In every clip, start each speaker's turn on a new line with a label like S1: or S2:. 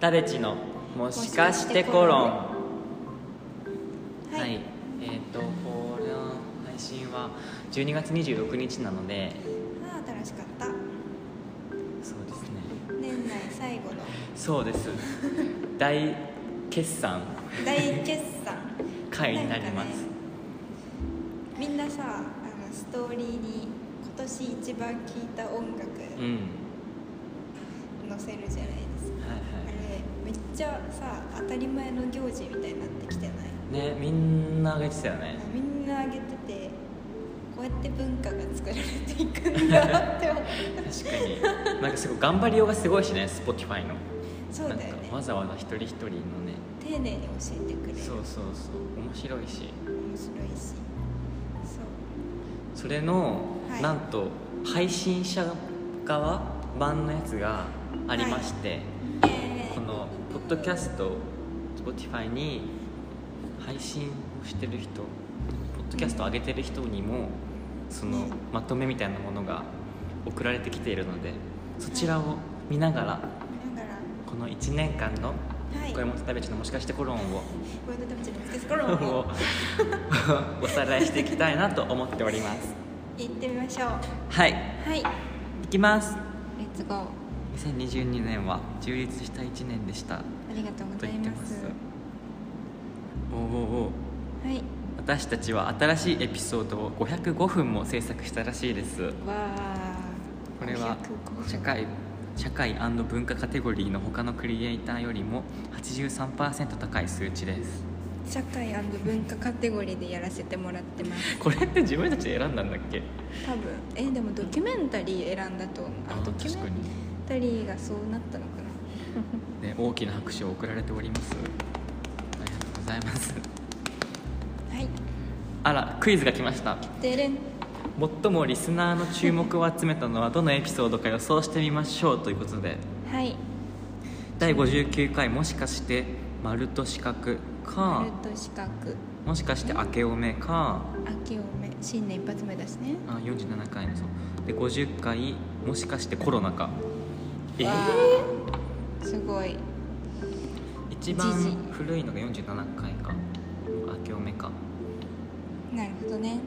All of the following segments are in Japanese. S1: ダデチのもしかしてコロン
S2: はい
S1: はい、えっ、とこれの配信は12月26日なので
S2: ああ楽しかった
S1: そうですね
S2: 年内最後の
S1: そうです 大決算
S2: 大決算
S1: 会になりま
S2: んか
S1: す、
S2: ねみんなさあのストーリーに今年一番聴いた音楽
S1: うんはい
S2: 載せるじゃないですか、あ
S1: は
S2: れめっちゃさ当たり前の行事みたいになってきてない
S1: いねみんなあげてたよね
S2: みんなあげててこうやって文化が作られていくんだって思う
S1: 確か になんかすごい頑張りようがすごいしね Spotify の
S2: そうだよ
S1: なん
S2: ね
S1: かわざわざ一人一人のね
S2: 丁寧に教えてくれる
S1: そうそうそう面白いし
S2: 面白いしそう
S1: それの、
S2: はい
S1: なんと配信者側版のやつがありまして、
S2: え
S1: このポッドキャスト Spotify に配信をしてる人ポッドキャストを上げてる人にもその
S2: ね
S1: まとめみたいなものが送られてきているのでそちらを見ながら
S2: だから
S1: この1年間の
S2: はい
S1: 「小山田べちのもしかしてコロンを」
S2: こういうのたちのつけすころ
S1: を
S2: も
S1: おさらいしていきたいなと思っております
S2: 行ってみましょう
S1: はい
S2: はいレ
S1: いきます
S2: ッツゴーあ
S1: 2022年は充実した1年でした
S2: りがとうご
S1: と
S2: ざい
S1: 言って
S2: ま
S1: ますすおうおうおう
S2: はい
S1: 私たちは新しいエピソードを505分も制作したらしいです
S2: わあ
S1: これは社会社会文化カテゴリーの他のクリエイターよりも83%高い数値です
S2: 社会文化カテゴリーでやらせてもらってます
S1: これって自分たちで選んだんだっけ
S2: 多分えでもドキュメンタリー選んだと思う
S1: あ
S2: あドキュ
S1: 確
S2: メ
S1: か
S2: ン
S1: に
S2: タリーがそうなったのかな
S1: ね、大きな拍手を送られておりますありがとうございます
S2: はい
S1: あらクイズが来ました
S2: でれん
S1: 最もリスナーの注目を集めたのはどのエピソードか予想してみましょうということで
S2: はい
S1: 第59回もしかして丸と四角か
S2: 丸と四角
S1: もしかして明けおめか
S2: 秋おめ新年一発目だしね
S1: あ47回もそうで50回もしかしてコロナかえ
S2: わ
S1: ー、
S2: あすごいじじ
S1: 一番古いのが47回か明けおめか
S2: なるほどね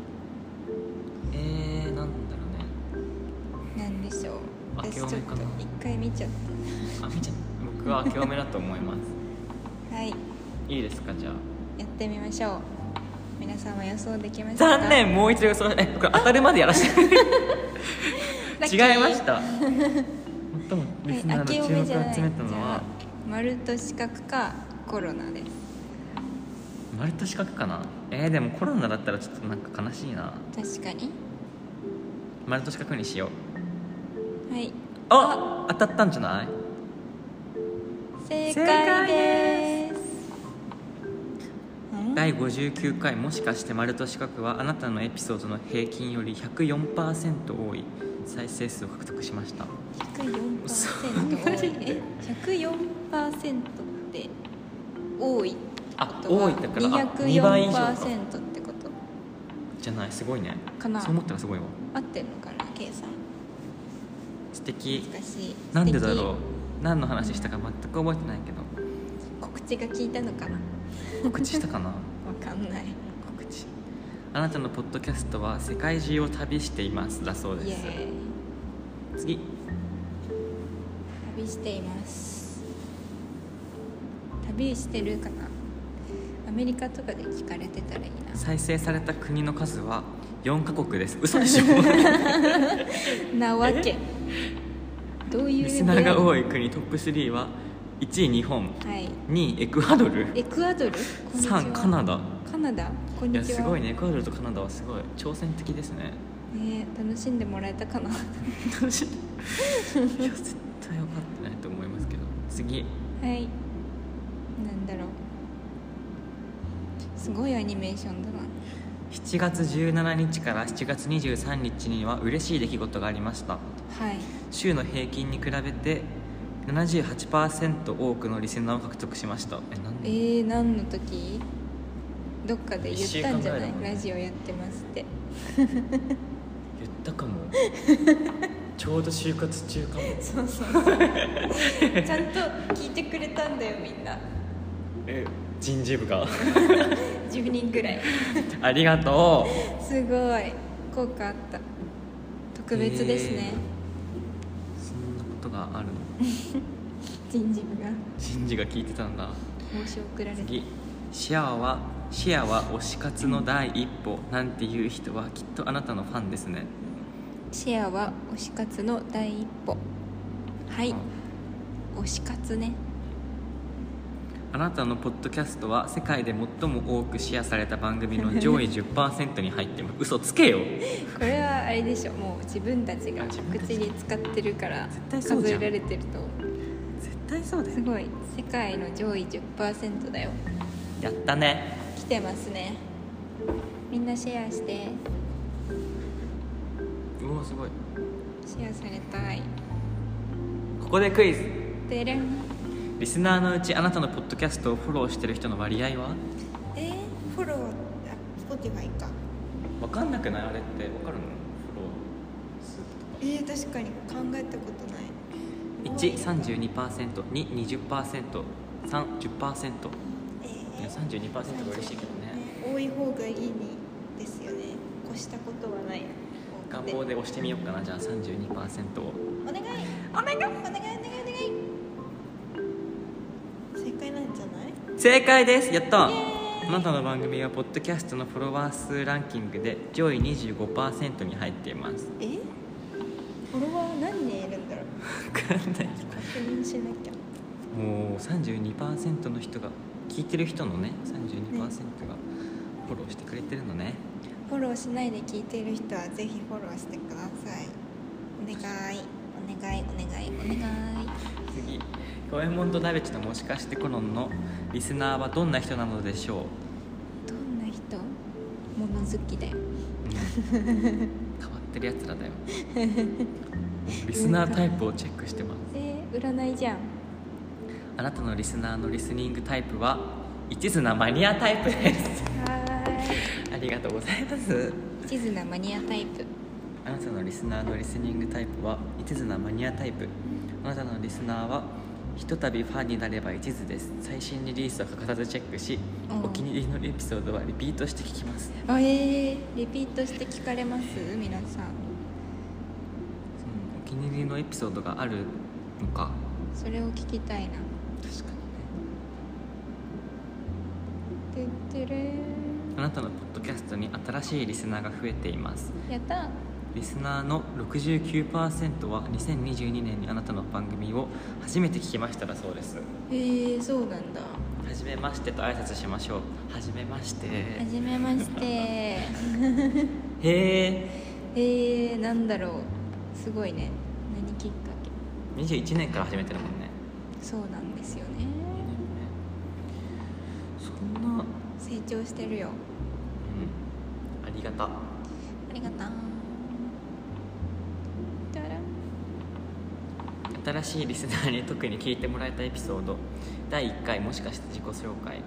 S1: えー、なんだろうね
S2: なんでしょう
S1: 明
S2: 私
S1: け
S2: ち
S1: お
S2: ょっ
S1: め
S2: と
S1: かな
S2: 一回見ちゃっ
S1: あみちゃん僕は明けおめだと思います
S2: たはい
S1: いいですかじゃあ
S2: やってみましょう皆さんは予想できましたか
S1: 残念もう一度予想えこれ当たるまでやらせ て
S2: ラッキー
S1: 違いました最もリスナーの注目を集めたのは
S2: 丸と四角かコロナです
S1: 丸と四角かなえー、でもコロナだったらちょっとなんか悲しいな
S2: 確かに
S1: 丸と四角にしよう
S2: はい
S1: あ当たったんじゃない
S2: 正
S1: 正解
S2: 解ですうん
S1: 第59回もしかして丸と四角はあなたのエピソードの平均より104%多い再生数を獲得しました
S2: 104%多いえ104%って多いって
S1: あ
S2: ことは
S1: 多いだからあ2倍以上か
S2: 204%ってこと
S1: じゃないすごいね
S2: かな
S1: そう思ったらすごいわ
S2: 合ってるのかな計算
S1: 素敵
S2: 難しい
S1: なんでだろう何の話したか全く覚えてないけど
S2: 素敵告知が効いたのかな
S1: 告知したかな
S2: わかんない
S1: 告知あなたのポッドキャストは世界中を旅していますだそう
S2: イ
S1: で
S2: エ
S1: す
S2: ーイ
S1: 次
S2: 旅しています旅してるかなアメリカとかで聞かれてたらいいな
S1: 再生された国の数は4カ国です嘘で しょ
S2: なわけどういう
S1: リスナーが多
S2: い
S1: い国トップ3は1位日本
S2: はい
S1: 2位エクアドル
S2: エクアドル
S1: 3位カナ
S2: ダ
S1: ダ
S2: カナダこん
S1: い
S2: に
S1: や
S2: ちは
S1: すごいねエクアドルとカナダはすごい挑戦的ですね
S2: ねえ楽しんでもらえたかな は
S1: 楽 しいいや絶対分かってないと思いますけど次
S2: いなんだろうすごいアニメーションだな
S1: 7月17日から7月23日には嬉しい出来事がありました
S2: はい
S1: 週の平均に比べて78%多くのリスナーを獲得しましたえなん
S2: え
S1: で
S2: ー、何の時どっかで言ったんじゃな
S1: 一週間ぐらいだ
S2: い
S1: もんね
S2: ラジオやってますって
S1: 言ったかもちょちょうど就活中かも
S2: そうそうそうちゃんと聞いてくれたんだよみんな
S1: え人事部 が
S2: 10人ぐらい
S1: ありがと
S2: すごい効果あった特別ですね、
S1: うそんなことがあるの
S2: 人事部が
S1: 人事が聞いてたんだ
S2: 申し送られた
S1: 次シェアはシェアは推し活の第一歩なんていう人はきっとあなたのファンですね
S2: シェアは推し活の第一歩はい推し活ね
S1: あなたのポッドキャストは世界で最も多くシェアされた番組の上位10%に入ってます嘘つけよ
S2: これはあれでしょもう自分たちが
S1: あ自分たち
S2: 口に使ってるから
S1: 絶対そう
S2: 数
S1: じ
S2: え
S1: ゃん
S2: られてると
S1: 絶対そうだ
S2: すごい世界の上位10%だよ
S1: やったね
S2: 来てますねみんなシェアして
S1: うわすごい
S2: シェアされたい
S1: ここでクイズ
S2: てれん
S1: リスナーのうちあなたのポッドキャストをフォローしてる人の割合は
S3: えー、フォローあ Spotify か
S1: 分かんなくないあれって分かるのフォロー数
S3: えー、確かに考えたことないえー、
S1: 132%220%310% いや32%が嬉しいけどね
S3: 多い方がいいにですよね越したことはない
S1: 願望で押してみようかなじゃあ32%を
S3: お願いお願いお願いお願いお願い正解なんじゃない
S1: 正解ですやったあなたの番組はポッドキャストのフォロワー数ランキングで上位25%に入っています
S3: えフォロワー何人いるんだろう
S1: 分かんない
S3: 確認しなきゃ
S1: もう32%の人が聞いてる人のね32%が
S3: ね
S1: フォローしてくれてるのね
S3: フォローしないで聞いてる人はぜひフォローしてくださいお願いお願いお願い
S2: お願い
S1: 次五右衛門とダベチのもしかしてコロンのリスナーはどんな人なのでしょ
S2: どんな人物好きだよ
S1: う、変わってるやつらだ よリスナータイプをチェックしてます
S2: えー占いじゃん
S1: あなたのリスナーのリスニングタイプは一途なマニアタイプです
S2: は
S1: ありがとうございます
S2: ーい地図なマニアタイプ
S1: あなたのリスナーのリスニングタイプは一途なマニアタイプあなたのリスナーはひとたびファンになれば一途です最新リリースを欠かさずチェックし
S2: うん
S1: お気に入りのエピソードはリピートして聞きます
S2: あえー、リピートして聞かれます皆さん
S1: そのお気に入りのエピソードがあるのか
S2: それを聞きたいな
S1: 確かにね
S2: てってれー
S1: あなたのポッドキャストに新しいリスナーが増えています
S2: やった
S1: リスナーの69%は2022年にあなたの番組を初めて聞きましただそうです
S2: えー、そうなんだ
S1: はじめましてと挨拶しましょうはじめまして
S2: はじめまして
S1: へえ
S2: えー、なんだろうすごいね何きっかけ
S1: 21年から始めてるもんね
S2: そうなんですよね
S1: そんなうん
S2: 成長してるよ
S1: ありがた
S2: ありがとうだらん
S1: 新しいリスナーに 特に聞いてもらえたエピソード第1回もしかして自己紹介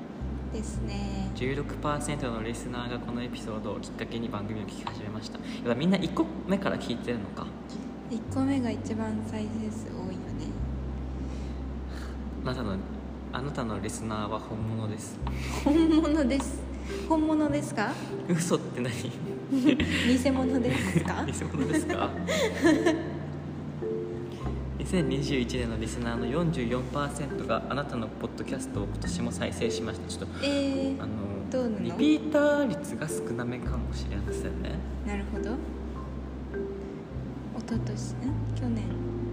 S2: ですね
S1: 16%のリスナーがこのエピソードをきっかけに番組を聞き始めましたやっぱみんな1個目から聞いてるのか
S2: 1個目が一番再生数多いよね
S1: あなたのあなたのリスナーは本物です
S2: 本物です本物ですか
S1: 嘘って何
S2: 偽物ですか
S1: 偽物で すか2021年のリスナーの44%があなたのポッドキャストを今年も再生しましたちょっと
S2: えー
S1: あ
S2: どうな
S1: の
S2: の
S1: リピーター率が少なめかもしれませんね
S2: なるほど一昨年ん去年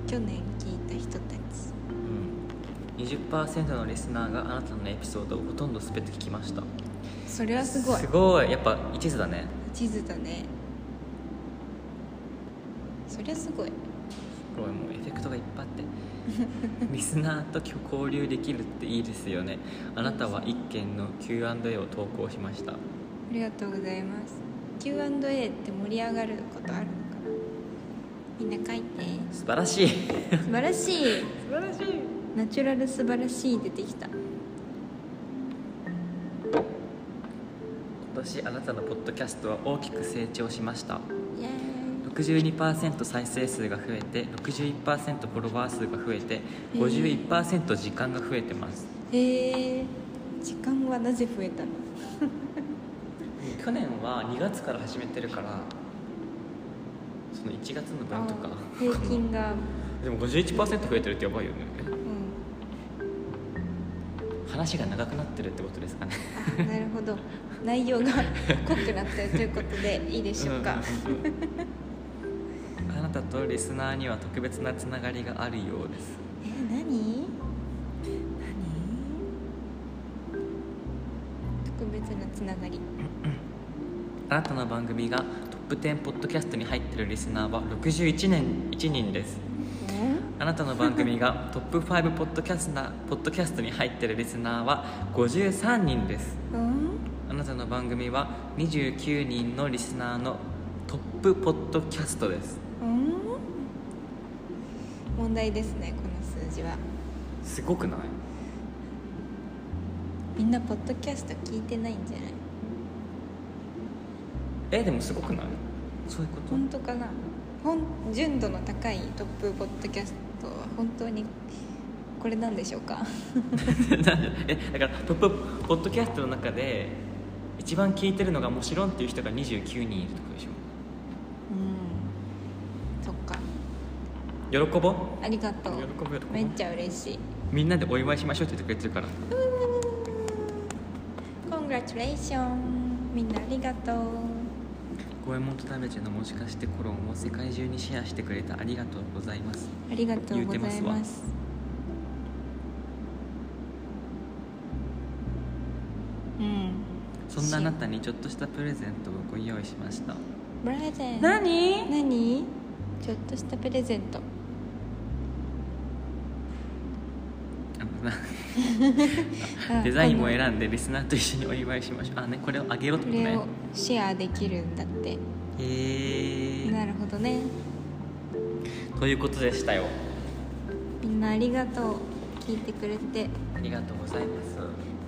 S2: 去年聞いた人たち
S1: うん20%のリスナーがあなたのエピソードをほとんど全て聞きました
S2: それはすごい
S1: すごいやっぱ一途だね
S2: 地図だねそりゃすごい
S1: これもうエフェクトがいっ ぱいあってリスナーと交流できるっていいですよねあなたは一件の Q&A を投稿しました
S2: ありがとうございます Q&A って盛り上がることあるのかなみんな書いて
S1: 素晴らしい素
S2: 素晴らしい
S1: 晴らしい
S2: ナチュラル素晴らしい出てきた
S1: 今年あなたのポッドキャストは大きく成長しました
S2: イエーイ
S1: 62%再生数が増えて61%フォロワー数が増えて51%時間が増えてます、
S4: へえ時間はなぜ増えたの
S1: 去年は2月から始めてるからその1月の分と
S4: あ
S1: か
S4: 平均が
S1: でも51%増えてるってやばいよね
S4: うん
S1: 話が長くなってるってことですかね
S4: あなるほど内容が濃くなったということでいいでしょうか、
S1: うんあなたとリスナーには特別なつながりがあるようです
S4: え何特別なつながり
S1: あなたの番組がトップ10ポッドキャストに入ってるリスナーは61年1人ですあなたの番組 がトップ5ポッドキャスナポッドキャストに入ってるリスナーは53人です
S4: うん
S1: あなたの番組は29人のリスナーのトップポッドキャストです
S4: うん
S2: 問題ですねこの数字は
S1: すごくない
S2: みんなポッドキャスト聞いてないんじゃない
S1: えでもすごくないそういうこと
S2: 本当かな本純度の高いトップポッドキャストは本当にこれなんでしょうか
S1: えだからポップポッドキャストの中で一番聞いてるのがもちろんっていう人が29人いるとかでし
S2: うん そっか
S1: ょ喜ぼう
S2: ありがとう
S1: 喜ぶよ
S2: めっちゃ嬉しい
S1: みんなでお祝いしましょうって言ってくれてるから
S2: コングラチュレーションみんなありがとう
S1: 五右衛門と食べちゃのもしかしてコロンを世界中にシェアしてくれてありがとうございます
S2: ありがとうございま
S1: 言う
S2: す
S1: てま
S2: うん
S1: そんなあなたにちょっとしたプレゼントをご用意しました
S2: プレゼント
S4: 何
S2: 何ちょっとしたプレゼント
S1: あのな
S2: あ
S1: デザインも
S2: この
S1: 選んでリスナーと一緒にお祝いしましょうあねこれをあげようって
S2: こ
S1: こと
S2: れ
S1: ね
S2: をシェアできるんだって
S1: へえ
S2: なるほどね
S1: ということでしたよ
S2: みんなありがとう聞いてくれて
S1: ありがとうございます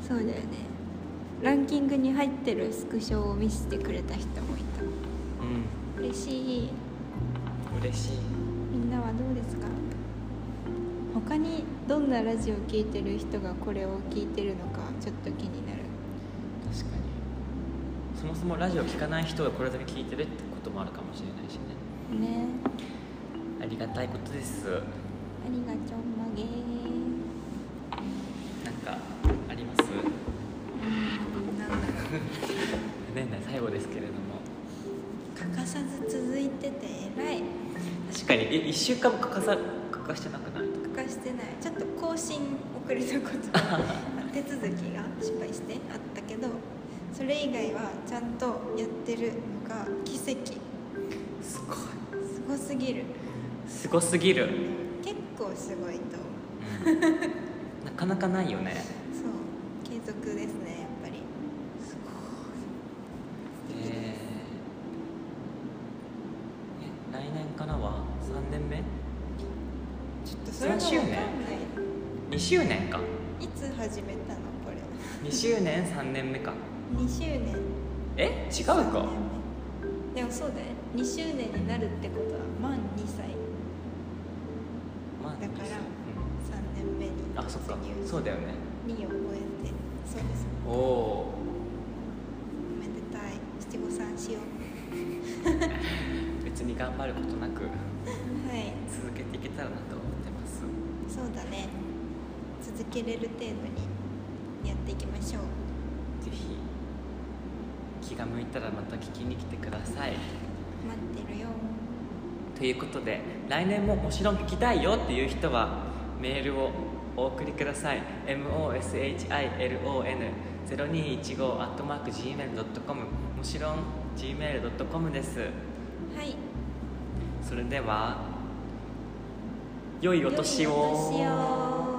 S2: そうだよねランキングに入ってるスクショを見せてくれた人もい
S1: うん
S2: た嬉しい
S1: 嬉しい
S2: みんなはどうですか他にどんなラジオを聞いてる人がこれを聞いてるのかちょっと気になる
S1: 確かにそもそもラジオ聞かない人がこれだけ聞いてるってこともあるかもしれないしね
S2: ね
S1: ありがたいことです
S2: ありがちょんまげー
S1: なんかあります
S2: なんだろ
S1: 年内最後ですけれども
S2: う欠かさず続いてて偉い
S1: 確かにえ1週間も欠かさ欠かしてなくない
S2: 欠かしてないちょっと更新遅れた こと手続きが失敗してあったけどそれ以外はちゃんとやってるのが奇跡
S1: すごい
S2: すごすぎる
S1: すごすぎる、
S2: 結構すごいと思う
S1: なかなかないよね
S2: そう継続ですねやっぱり
S1: えーえ来年からは3年目
S2: ちょっとそれが分かん
S1: 三周
S2: ない
S1: 2周年か
S2: いつ始めたのこれ
S1: 2周年3年目か
S2: 2周年
S1: え違う
S2: 三
S1: か
S2: 年目でもそうだね2周年になるってことは満2歳
S1: まあ
S2: だから3年目に
S1: うんあそっか
S2: 突入
S1: そうだよね
S2: 2を超えてそうです
S1: おお
S2: おめでたい七五三しよう
S1: ー別に頑張ることなく
S2: はい
S1: 続けていけたらなと思ってます
S2: そうだね続けれる程度にやっていきましょう
S1: ぜひ気が向いたらまた聞きに来てください
S2: 待ってるよ
S1: ということで来年ももちろん聞きたいよっていう人はメールをお送りください moshilon0215-gmail.com もちろん gmail.com です
S2: はい
S1: それでは良いお年を
S2: 良いお年を